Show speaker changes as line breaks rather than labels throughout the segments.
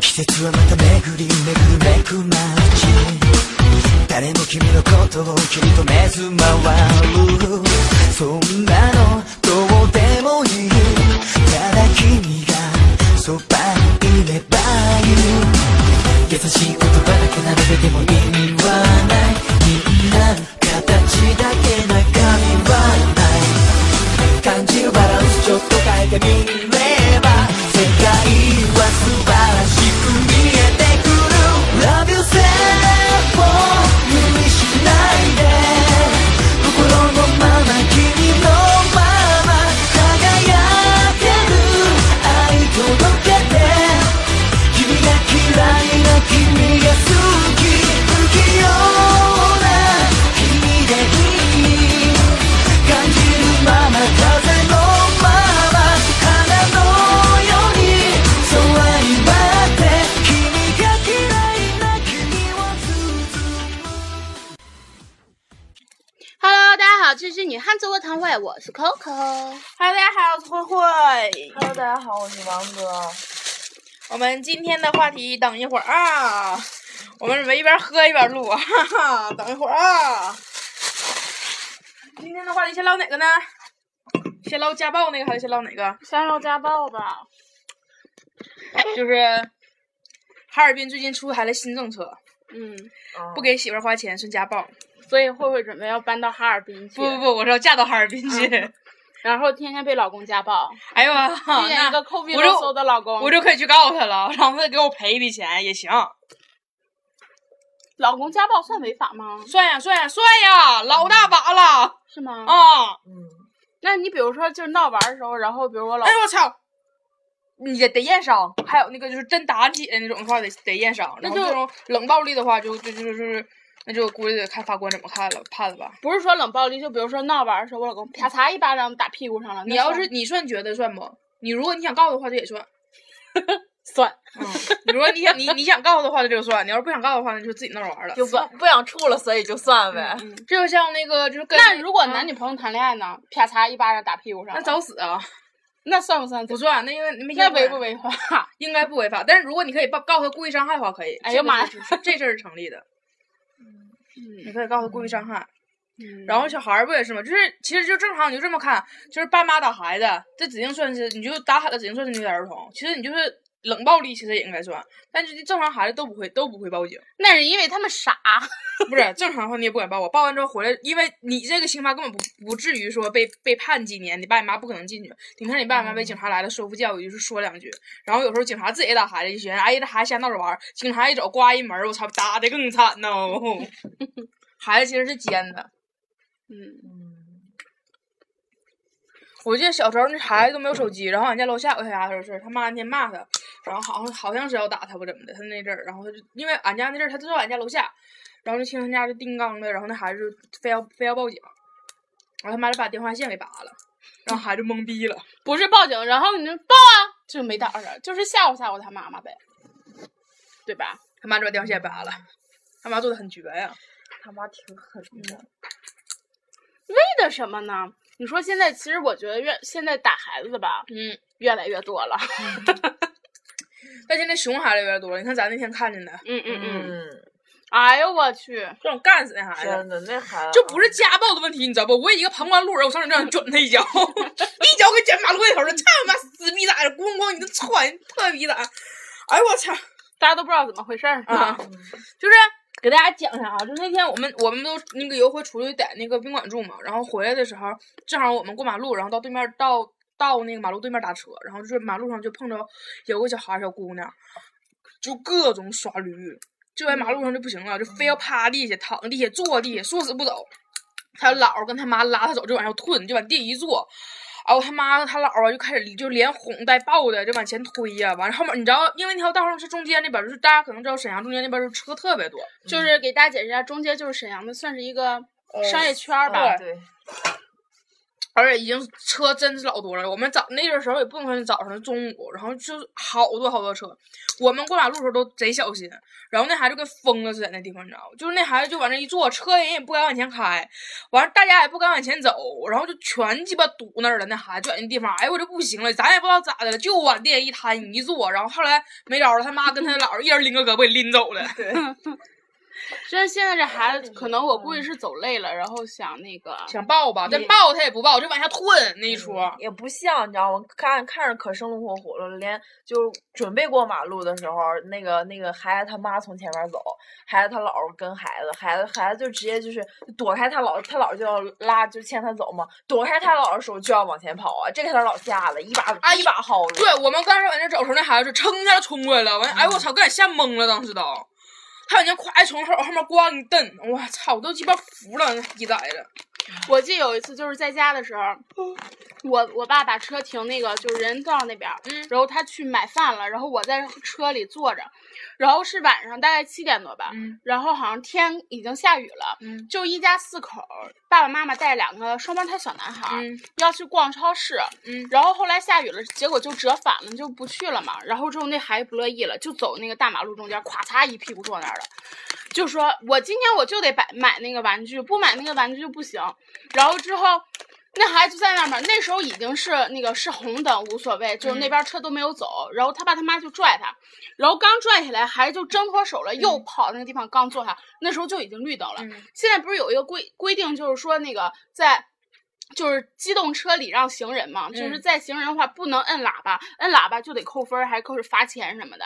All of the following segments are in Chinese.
季節はまた巡り巡るめく街誰も君のことを切り止めず回るそんなのどうでもいいただ君がそばにいればいい優しい言葉だけなどででも意味はないみんな形だけ中身はない感じるバランスちょっと変えてみれば世界は素晴らしく見えてくる Love yourself を無理しないで心のまま君のまま輝ける愛届けて君が嫌いな君が好き不器用な君でいい感じるまま風のまま花のように咲くそう相まって君が嫌いな君を包む
Hello，大家好，这里是女汉子卧谈会，我是 Coco。
Hello，大家好，我是慧慧。
Hello，大家好，我是王哥。
我们今天的话题，等一会儿啊，我们准备一边喝一边录， 哈哈，等一会儿啊。今天的话题先唠哪个呢？先唠家暴那个，还是先唠哪个？
先说家暴吧，
就是哈尔滨最近出台了新政策，
嗯，
不给媳妇儿花钱算家暴。
所以慧慧准备要搬到哈尔滨去，
不不不，我是要嫁到哈尔滨去。
啊
然后天天被老公家暴，
哎呦我操，
遇见一
那
个抠鼻
我
漏
就
搜的老公，
我就可以去告他了，让他给我赔一笔钱也行。
老公家暴算违法吗？
算呀算呀算呀，老大把了
是吗？
啊！
嗯，
那你比如说就是闹玩的时候，然后比如我老
哎呦我操！你得得验伤，还有那个就是真打起来那种的话得得验伤，然后
那就
这种冷暴力的话就就就就是，那就估计得看法官怎么看了判了吧。
不是说冷暴力，就比如说闹玩的时候，我老公啪嚓一巴掌打屁股上了，
你
那
要
算
是你算觉得算不？你如果你想告的话就也 算，
算
嗯，你如果你想你你想告的话那就算，你要是不想告的话那就自己闹着玩儿了。
就不不想处了，所以就算呗。
这就像那个就是跟
那如果男
女、
女朋友谈恋爱呢，啪嚓一巴掌打屁股上
那
了，
找死啊，
那算不算？
不算，那因为没
那
相关
违不违法？
应该不违法，但是如果你可以告告他故意伤害的话，可以。
哎呀妈呀
这个是，这事儿是成立的，你可以告他故意伤害。
嗯
然后小孩儿不也是吗？就是其实就正常，你就这么看，就是爸妈打孩子，这指定算是你就打喊了，指定算是虐待儿童。其实你就是冷暴力，其实也应该算，但是正常孩子都不会都不会报警，
那是因为他们傻，
不是正常的话你也不敢报。我报完之后回来，因为你这个刑罚根本不不至于说被被判几年，你爸你妈不可能进去。顶多你爸你妈被警察来了收复教育，就是说两句。然后有时候警察自己也打孩子，就寻思哎这孩子瞎闹着玩儿，警察一走刮一门儿，我操，打的更惨呢、孩子其实是尖的。
嗯，
我记得小时候那孩子都没有手机，然后俺家楼下有个小丫头是，他妈那天骂他，然后好像好像是要打他不怎么的，他那阵儿，然后他就因为俺家那阵儿他就在俺家楼下，然后就听他家就叮当的，然后那孩子就非要非要报警，然后他妈就把电话线给拔了，然后孩子懵逼了，
不是报警，然后你就报啊，就没打着，就是吓唬吓唬他妈妈呗，对吧？
他妈就把电话线拔了，他妈做的很绝呀、
他妈挺狠的，
为的什么呢？你说现在其实我觉得越现在打孩子吧，
嗯，
越来越多了，
但现在熊孩子有点多了，你看咱那天看见的，
嗯嗯嗯，
嗯，
哎呦我去，
这种干死那孩子
真。的那孩子
就不是家暴的问题，你知道不？我有一个旁观路人，我上去这样卷他一脚， 一脚给卷马路对头了，操他妈死逼崽子，咣咣你那踹，特逼崽！哎呦我操！
大家都不知道怎么回事儿
啊
啊，
就是给大家讲一下啊，就那天我们我们都那个有回出去在那个宾馆住嘛，然后回来的时候正好我们过马路，然后到对面到到那个马路对面打车，然后就是马路上就碰着有个小孩儿小姑娘，就各种耍驴，就在马路上就不行了，就非要趴地下、躺地下、坐地下，说死不走。他姥儿跟他妈拉他走，就往上吞，就往地一坐。然后哦他妈他姥儿啊，就开始就连哄带抱的就往前推呀、完了后面你知道，因为那条道上是中间那边儿，就是大家可能知道沈阳中间那边儿车特别多，
就是给呃大家解释一下，中间就是沈阳的，算是一个商业圈儿吧，
对，
而且已经车真是老多了。我们早那个时候也不能早上中午，然后就是好多好多车。我们过马路的时候都贼小心，然后那孩子就跟疯了似的，在那地方你知道吗？就是那孩子就往那一坐，车人也不敢往前开，完了大家也不敢往前走，然后就全鸡巴堵那儿了。那孩子就在那地方，哎呦我就不行了，咱也不知道咋的了，就往地下一摊一坐，然后后来没招了，他妈跟他姥儿一人拎个胳膊给拎走了。对，
真现在这孩子，可能我估计是走累了，然后想那个，
想抱吧，但
也
抱他也不抱，就往下吞那一出。
嗯也不像，你知道吗？看看着可生龙活虎了，连就是准备过马路的时候，那个那个孩子他妈从前面走，孩子他姥儿跟孩子，孩子孩子就直接就是躲开他姥儿，他姥儿就要拉，就牵他走嘛，躲开他姥儿的手就要往前跑啊，这给他姥儿吓了一把、
哎
一把薅住。？
对我们刚才往那走的时候，那孩子就噌一下就冲过来了，完，哎我操，给俺吓懵了，当时都，他往前咵一冲，哎后后面咣一蹬，我操，我都鸡巴服了，那逼崽子，
我记得有一次就是在家的时候，我我爸把车停那个就是人道那边儿，
嗯
然后他去买饭了，然后我在车里坐着，然后是晚上大概七点多吧，
嗯
然后好像天已经下雨了，
嗯
就一家四口儿，爸爸妈妈带两个双胞胎小男孩儿、
嗯
要去逛超市，
嗯
然后后来下雨了，结果就折返了，就不去了嘛。然后之后那孩子不乐意了，就走那个大马路中间，咵嚓一屁股坐那儿了，就说我今天我就得买买那个玩具，不买那个玩具就不行。然后之后。那孩子就在那儿嘛，那时候已经是那个是红灯，无所谓，就是那边车都没有走。然后他爸他妈就拽他，然后刚拽起来，孩子就挣脱手了，又跑那个地方刚坐下，那时候就已经绿灯了。
嗯
现在不是有一个规规定，就是说那个在。就是机动车礼让行人嘛，就是在行人的话不能摁喇叭，摁喇叭就得扣分儿，还扣罚钱什么的。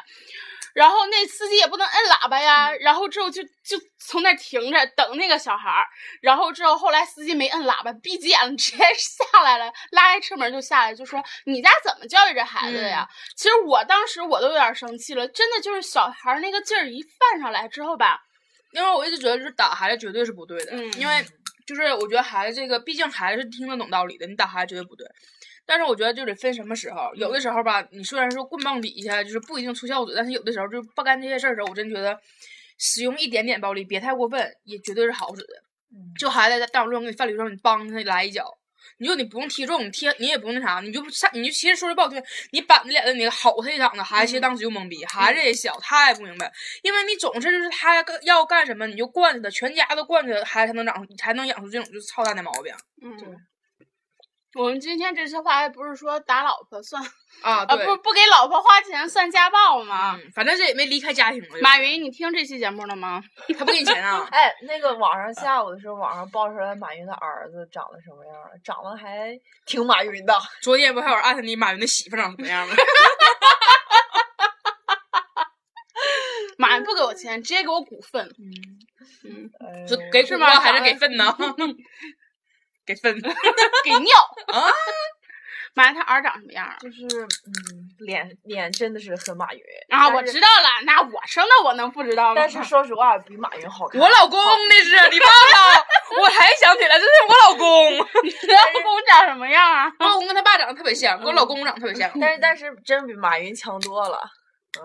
然后那司机也不能摁喇叭呀，然后之后就就从那儿停着等那个小孩儿，然后之后后来司机没摁喇叭，闭眼了，直接下来了，拉开车门就下来，就说你家怎么教育这孩子的呀？其实我当时我都有点生气了，真的就是小孩儿那个劲儿一犯上来之后吧，
因为我一直觉得就是打孩子绝对是不对的，
嗯
因为就是我觉得孩子这个，毕竟孩子是听得懂道理的，你打孩子绝对不对。但是我觉得就得分什么时候，有的时候吧，你虽然说棍棒底下就是不一定出孝子，但是有的时候就不干这些事儿的时候，我真觉得使用一点点暴力，别太过分，也绝对是好使的。就孩子在大马路上给你犯驴的时候，你帮他来一脚，你就你不用踢中，你踢你也不用那啥，你就上你就其实说句不好听，你板着脸在你吼他一掌子，孩子其实当时就懵逼，孩子也小，他也不明白，因为你总是就是他干要干什么你就惯着他，全家都惯着他，孩子才能长才能养出这种就是操蛋的毛病
嗯，我们今天这期话题不是说打老婆算
啊！
啊，
对，
不不给老婆花钱算家暴吗？
嗯，反正这也没离开家庭了。就是
马云，你听这期节目了吗？
他不给你钱啊
哎，那个网上下午的时候，网上爆出来马云的儿子长得什么样了？长得还挺马云的，
昨天不还有艾特你马云的媳妇长什么 样吗？
马云不给我钱，直接给我股份。嗯，
哎
是
呦
给股
吗
票还是
咋
给
了
粪呢？给 粪。
给尿
啊！
马云他儿长什么样啊？
就是嗯，脸脸真的是很马云，
啊，
但
我
是
知道了，那我生的我能不知道吗？
但是说实话，比马云好看。
我老公那是，你忘了？我才想起来，这是我老公。
你老公长什么样啊？
我老公跟他爸长得特别像，跟我老公长得特别像。
但是但是真比马云强多了。嗯，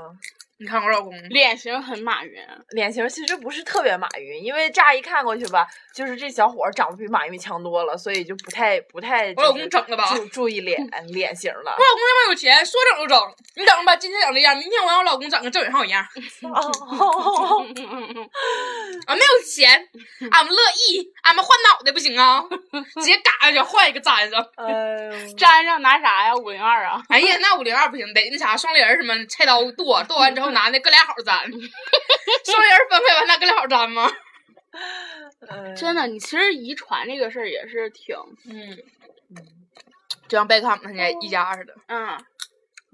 你看我老公，
脸型很马云，
脸型其实不是特别马云，因为乍一看过去吧，就是这小伙儿长得比马云强多了，所以就不太不太
我老
就是
公整的吧
注注意脸脸型了
我。老公他妈有钱，说整就整。你等着吧，今天长这样，明天我让我老公长跟郑远浩一样。
哦，
嗯嗯嗯，
俺啊没有 钱，俺们乐意，俺们换脑袋不行啊，直接嘎下去换一个簪子。
嗯，
粘上拿啥呀？五零二啊？
哎呀，那五零二不行，得那啥双联儿什么的菜刀剁，剁完之后拿 那哥俩好粘，双联儿分开完拿哥俩好粘吗？
嗯
真的，你其实遗传这个事儿也是挺，
嗯，就像贝克汉姆他家一家似的，
嗯，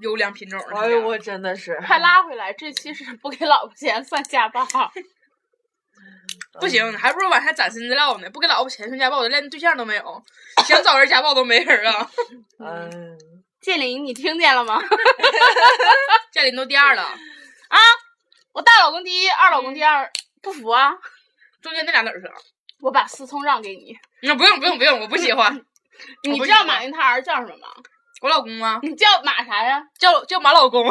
优良品种儿他家。
哎呦，我真的是
快拉回来，这期是不给老婆钱算家暴。
不行，还不如往下攒身资料呢。不给老婆钱算家暴，我连对象都没有，想找人家暴都没人啊。
嗯，
建林，你听见了吗？
家里都第二了，
我大老公第一，二老公第二，不服啊？
中间那俩哪儿去了？
我把思聪让给你。
那不用不用不用，我不喜欢。
你
不
知道
喜欢
马云他儿叫什么吗？
我老公啊，
你叫马啥呀？
叫叫马老公，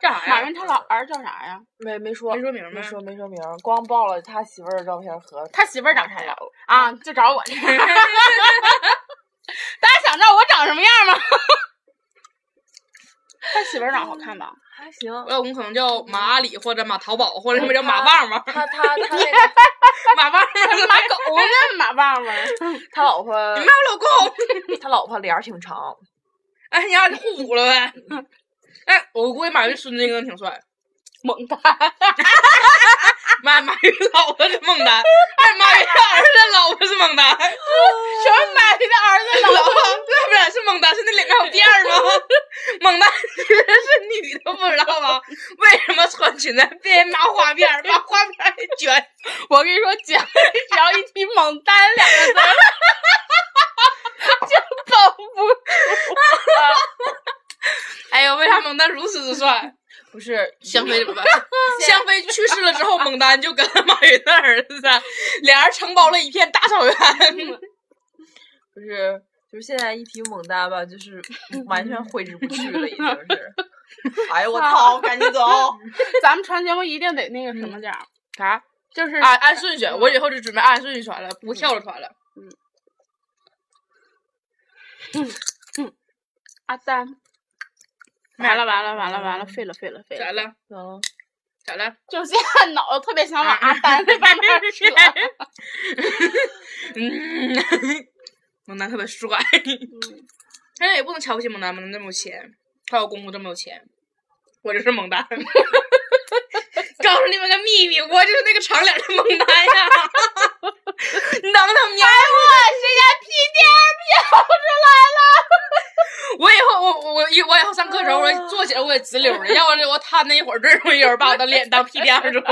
干啥呀？
马云他老儿叫啥呀？
没没说
没说明白
没说没说明儿，光报了他媳妇儿的照片和
他媳妇儿长啥
他
样
老公
啊？就 找我去。大家想知道我长什么样吗？ 他媳妇儿长好看吧？
还行。
我老公可能叫马阿里或者马淘宝或者什么叫
嗯
马旺旺，
他他他那 个
马旺旺 是
马
马
狗啊跟马旺 旺，
他老婆
你骂我老公？
他老婆脸儿挺长，
哎，你俩就互补了呗。哎，我估计马云孙子应该挺帅。
猛 蛋！
马马云老婆是孟丹，哎，马云的儿子老婆是孟丹，
什么马云的儿子
老
老
婆对不是是孟丹，是那里面有第二吗？孟丹其实是女的，不知道吧？为什么穿裙子被人拿花辫儿，把花辫儿给卷？
我跟你说，姐，只要一提“猛丹”两个字儿， 就保不住。
哎呦，为啥孟丹如此之 帅？
不是
香妃怎么办？香妃去世了之后，孟丹就跟马云的儿子俩人承包了一片大 草原。
不是就是现在一提猛丹吧， 就是完全挥之不去了，已经 是。哎呦我操！赶 紧走。
咱们传节目一定得那个什么点儿，啊
啥？
嗯就是
按按顺序，我以后就准备按顺序传了，不跳着传了。
阿丹。嗯完了完了完了完了，废了废了废
咋
了！
了？
行了
咋 了？
就现在脑子特别想往阿丹那方面扯。
嗯，猛男特别帅，
嗯
但是也不能瞧不起猛男，猛男这么有钱，还有公公这么有钱，我就是猛男。 告诉你们个秘密，我就是那个长脸的猛男呀！能能
哎
娘，
我谁家屁颠儿飘
我以后我我我以我以后上课的时候，我坐起来我也直溜的，要不然我瘫那一会儿，最容易有人把我的脸当屁垫儿坐。哎呦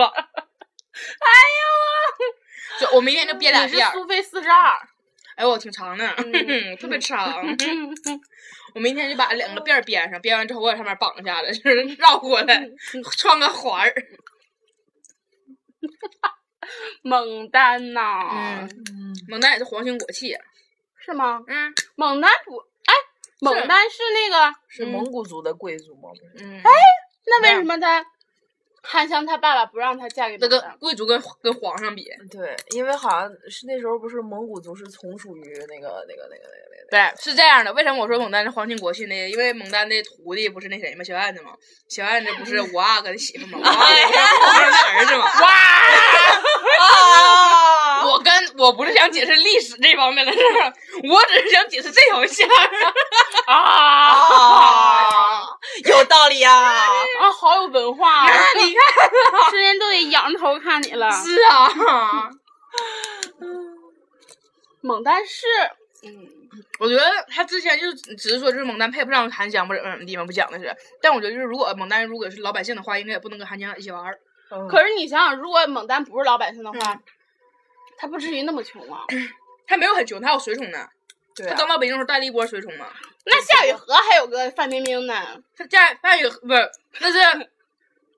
我！就我明天就憋
出来
俩
了？ 你是嗯
辫儿，
苏菲四十二。
哎我挺长的， 特 别长。我明天就把两个辫儿编上，编完之后我在上面绑一下子，就是绕过来
嗯
穿个环儿。
猛丹呐、
嗯，
嗯，
猛男也是皇亲国戚。
是吗？
嗯
猛丹不，哎，猛丹是那个，
是
嗯
蒙古族的贵族吗？
嗯，
那为
那
什么他韩香他爸爸不让他嫁给
那
猛
个
丹
贵族跟跟皇上比，
对，因为好像是那时候不是蒙古族是从属于那个那个那个那个那个。
对，是这样的。为什么我说猛丹是皇亲国戚呢？因为猛丹的徒弟不是那谁吗？小燕子吗？小燕子不是我阿哥的媳妇吗？我阿哥是皇上的儿子吗？哇！ 我跟我不是想解释历史这方面的事儿，我只是想解释这条线儿。
啊
有道理呀、
啊，好有文化啊！
你看，
世人都得仰着头看你了。
是啊。
猛丹是，
我觉得他之前就是只只是说就是猛男配不上韩香或者怎么地嘛，不讲的是。但我觉得就是如果猛男如果是老百姓的话，应该也不能跟韩香一起玩儿。
嗯
可是你想想，如果猛丹不是老百姓的话，他不至于那么穷啊。
他没有很穷，他有随从呢。
对
他
啊、
刚到北京的时候带了一波随从嘛。
那夏雨荷还有个范冰冰呢，
他家范宇不是，那是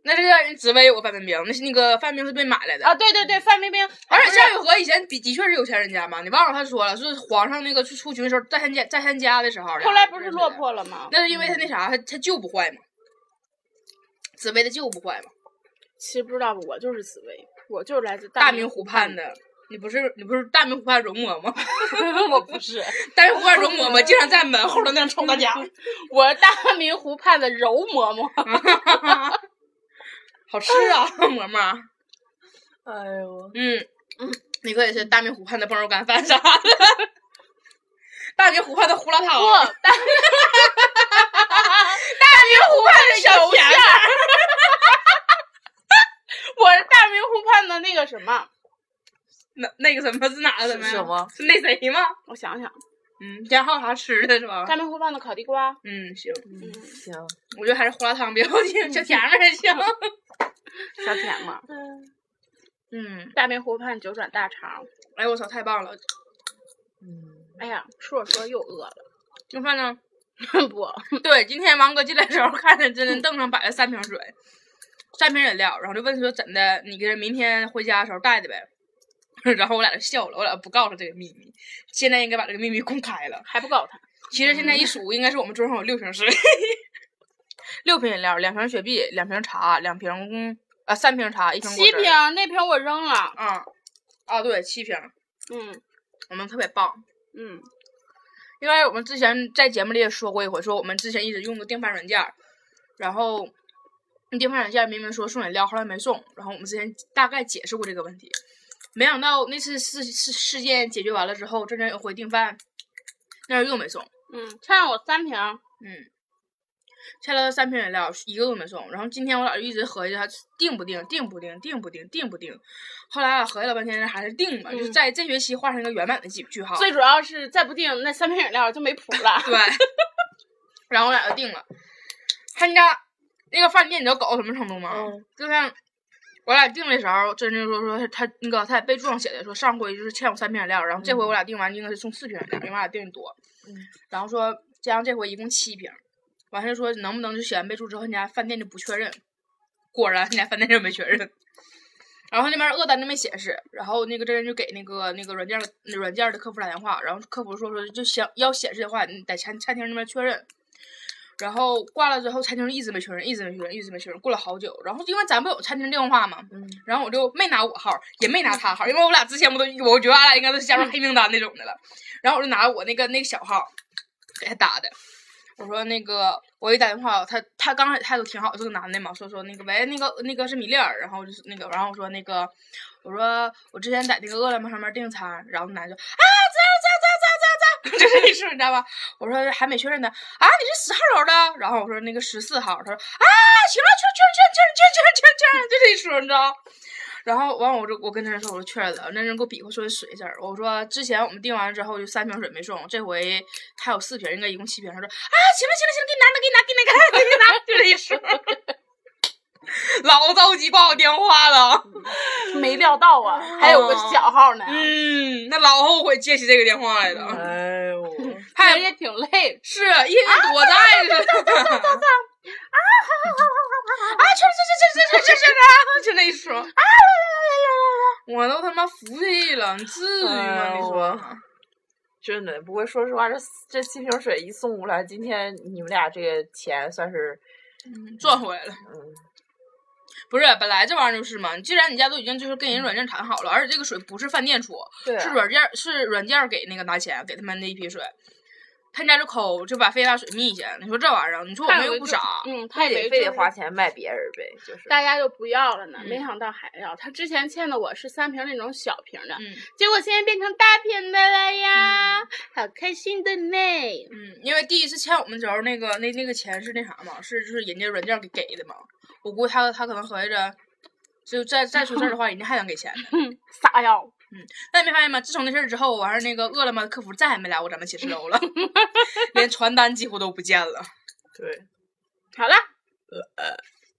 那是人紫薇有个范冰冰，那是那个范冰冰是被买来的。
啊，对对对，范冰冰，
而且夏
雨
雨荷以前的的确是有钱人家嘛，你忘了他说了，是皇上那个去出巡的时候，在他家在他家的时候，
后来不是
认识的
落魄了吗？
那是因为他那啥，他他舅不坏嘛，紫薇的舅不坏嘛。
其实不知道，我就是紫薇，我就是来自
大
明
明湖畔的。你不是你不是大明湖畔容嬷吗？
我不是，
大明湖畔容嬷嬷经常在门后头那样瞅大
嗯
家，
我是大明湖畔的柔嬷嬷。
好吃啊， 嬷嬷。
哎呦，
嗯，你可以是大明湖畔的棒肉干饭啥的， 大明湖畔的胡辣汤，
不，
大
大
明湖畔的小
油
咸
馅
菜
儿。我是大明湖畔的那个什么，
那那个什么是哪个什么呀？
是什么
是那谁吗？
我想想，
嗯，家还有啥吃的是吧？
大明湖畔的烤地瓜，
嗯，行，
嗯行，
我觉得还是胡辣汤比较 行，小甜面还行。
小甜嘛。
嗯，
大明湖畔九转大肠，
哎我操，太棒了！
嗯，
哎呀，说着说着又饿了。
就饭呢？
不，
对，今天王哥进来的时候，看见真人凳上摆了三瓶水，三瓶饮料，然后就问说：“怎的？你给人明天回家的时候带的呗？” 然后我俩就笑了，我俩不告诉他这个秘密，现在应该把这个秘密公开了。
还不告诉他。
嗯其实现在一数，应该是我们桌上有六瓶水， 六瓶饮料，两瓶雪碧，两瓶茶，两瓶嗯啊三瓶茶，一瓶果
七
汁
瓶，那瓶我扔了。
啊啊对七瓶，
嗯
我们特别棒。
嗯，
因为我们之前在节目里也说过一回，说我们之前一直用的订饭软件儿，然后那订饭软件儿明明说送饮料，后来没送，然后我们之前大概解释过这个问题。没想到那次事事事件解决完了之后，真真有回订饭，那儿又没送，
嗯，欠了我三瓶儿。
嗯，下了三瓶饮料，一个都没送。然后今天我俩就一直合计他定不定，定不定，定不定，定不定。后来俺合计了半天，还是定吧，就是
嗯
在这学期画上一个圆满的句句号。
最主要是再不定，那三瓶饮料就没谱了。
对，然后我俩就定了。他家那个饭店，你知道搞到什么程度吗？
嗯
就像我俩定的时候，真真说说他他那个他在备注上写的说上回就是欠我三瓶饮料，然后这回我俩订完应该是送四瓶饮料，因为我俩订的多。
嗯
然后说加上这回一共七瓶，完事说能不能就写完备注之后，人家饭店就不确认。果然，人家饭店就没确认。然后那边儿恶单就没显示，然后那个真人就给那个那个软件儿的软件儿的客服打电话，然后客服说说就想要显示的话，你在餐餐厅那边确认。然后挂了之后，餐厅一直没确认，一直没确认，一直没确认，过了好久。然后因为咱不有餐厅电话嘛，
嗯，
然后我就没拿我号，也没拿他号，因为我俩之前不都，我觉得俺俩应该都是加入黑名单那种的了。然后我就拿我那个那个小号给他打的，我说那个我一打电话，他他刚开始态度挺好，这个男的嘛，说说那个喂，那个那个是米粒儿，然后就是那个，然后我说那个，我说我之前在那个饿了么上面订餐，然后那男的说啊，咋咋咋咋咋咋， 就是那事儿你知道吧？我说还没确认呢，啊，你是十号楼的？然后我说那个十四号，他说啊，行了，确确确确确确确确，就这一说，你知道。然后完，我就我跟他说，我说确认了，那人给我比划说水事儿。我说之前我们订完了之后就三瓶水没送，这回还有四瓶，应该一共七瓶。他说啊，行了行了行了，给你拿了给你拿给你拿给你拿，就这一说。 老着急挂我电话了，
没料到啊，还有个小号呢，
哦嗯，那老后悔接起这个电话来了，
哎呦，
还
人也挺累。
是一天天躲债似的。啊，去去去去去去去去，就那一说，我都他妈服气了，你至于吗？
哎
你
呦
说
我？真的，不过说实话，这这七瓶水一送五来，今天你们俩这个钱算是，
赚回来了。
嗯，
不是，本来这玩意儿就是嘛，既然你家都已经就是跟人软件谈好了，而且这个水不是饭店出，
对
是软件儿是软件儿给那个拿钱给他们那一批水，他家就抠就把非法水密去。你说这玩意儿，你说我们又不傻，
嗯，他
非
以为
得非
就
得
是
花钱卖别人呗，就是。
大家就不要了呢，
嗯
没想到还要。他之前欠的我是三瓶那种小瓶的，
嗯
结果现在变成大瓶的了呀，好开心的呢。
嗯，因为第一次欠我们的时候，那个那那个钱是那啥嘛，是就是人家软件儿给给的嘛，我估计他他可能合计着，就再再出事儿的话，人家还想给钱呢。
撒药，
但你没发现吗？自从那事儿之后，完事儿那个饿了么客服再也没来过咱们寝室楼了， 连传单几乎都不见了。
对，
好了，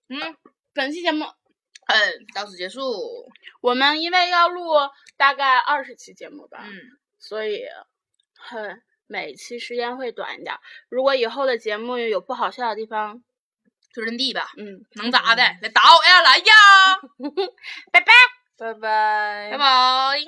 嗯
本期节目
嗯，到此结束。
我们因为要录大概二十期节目吧，
嗯，
所以很每期时间会短一点。如果以后的节目有不好笑的地方，
就认地吧，嗯
嗯，
能咋的？来打我呀，来呀，
拜拜。
拜拜，
拜拜。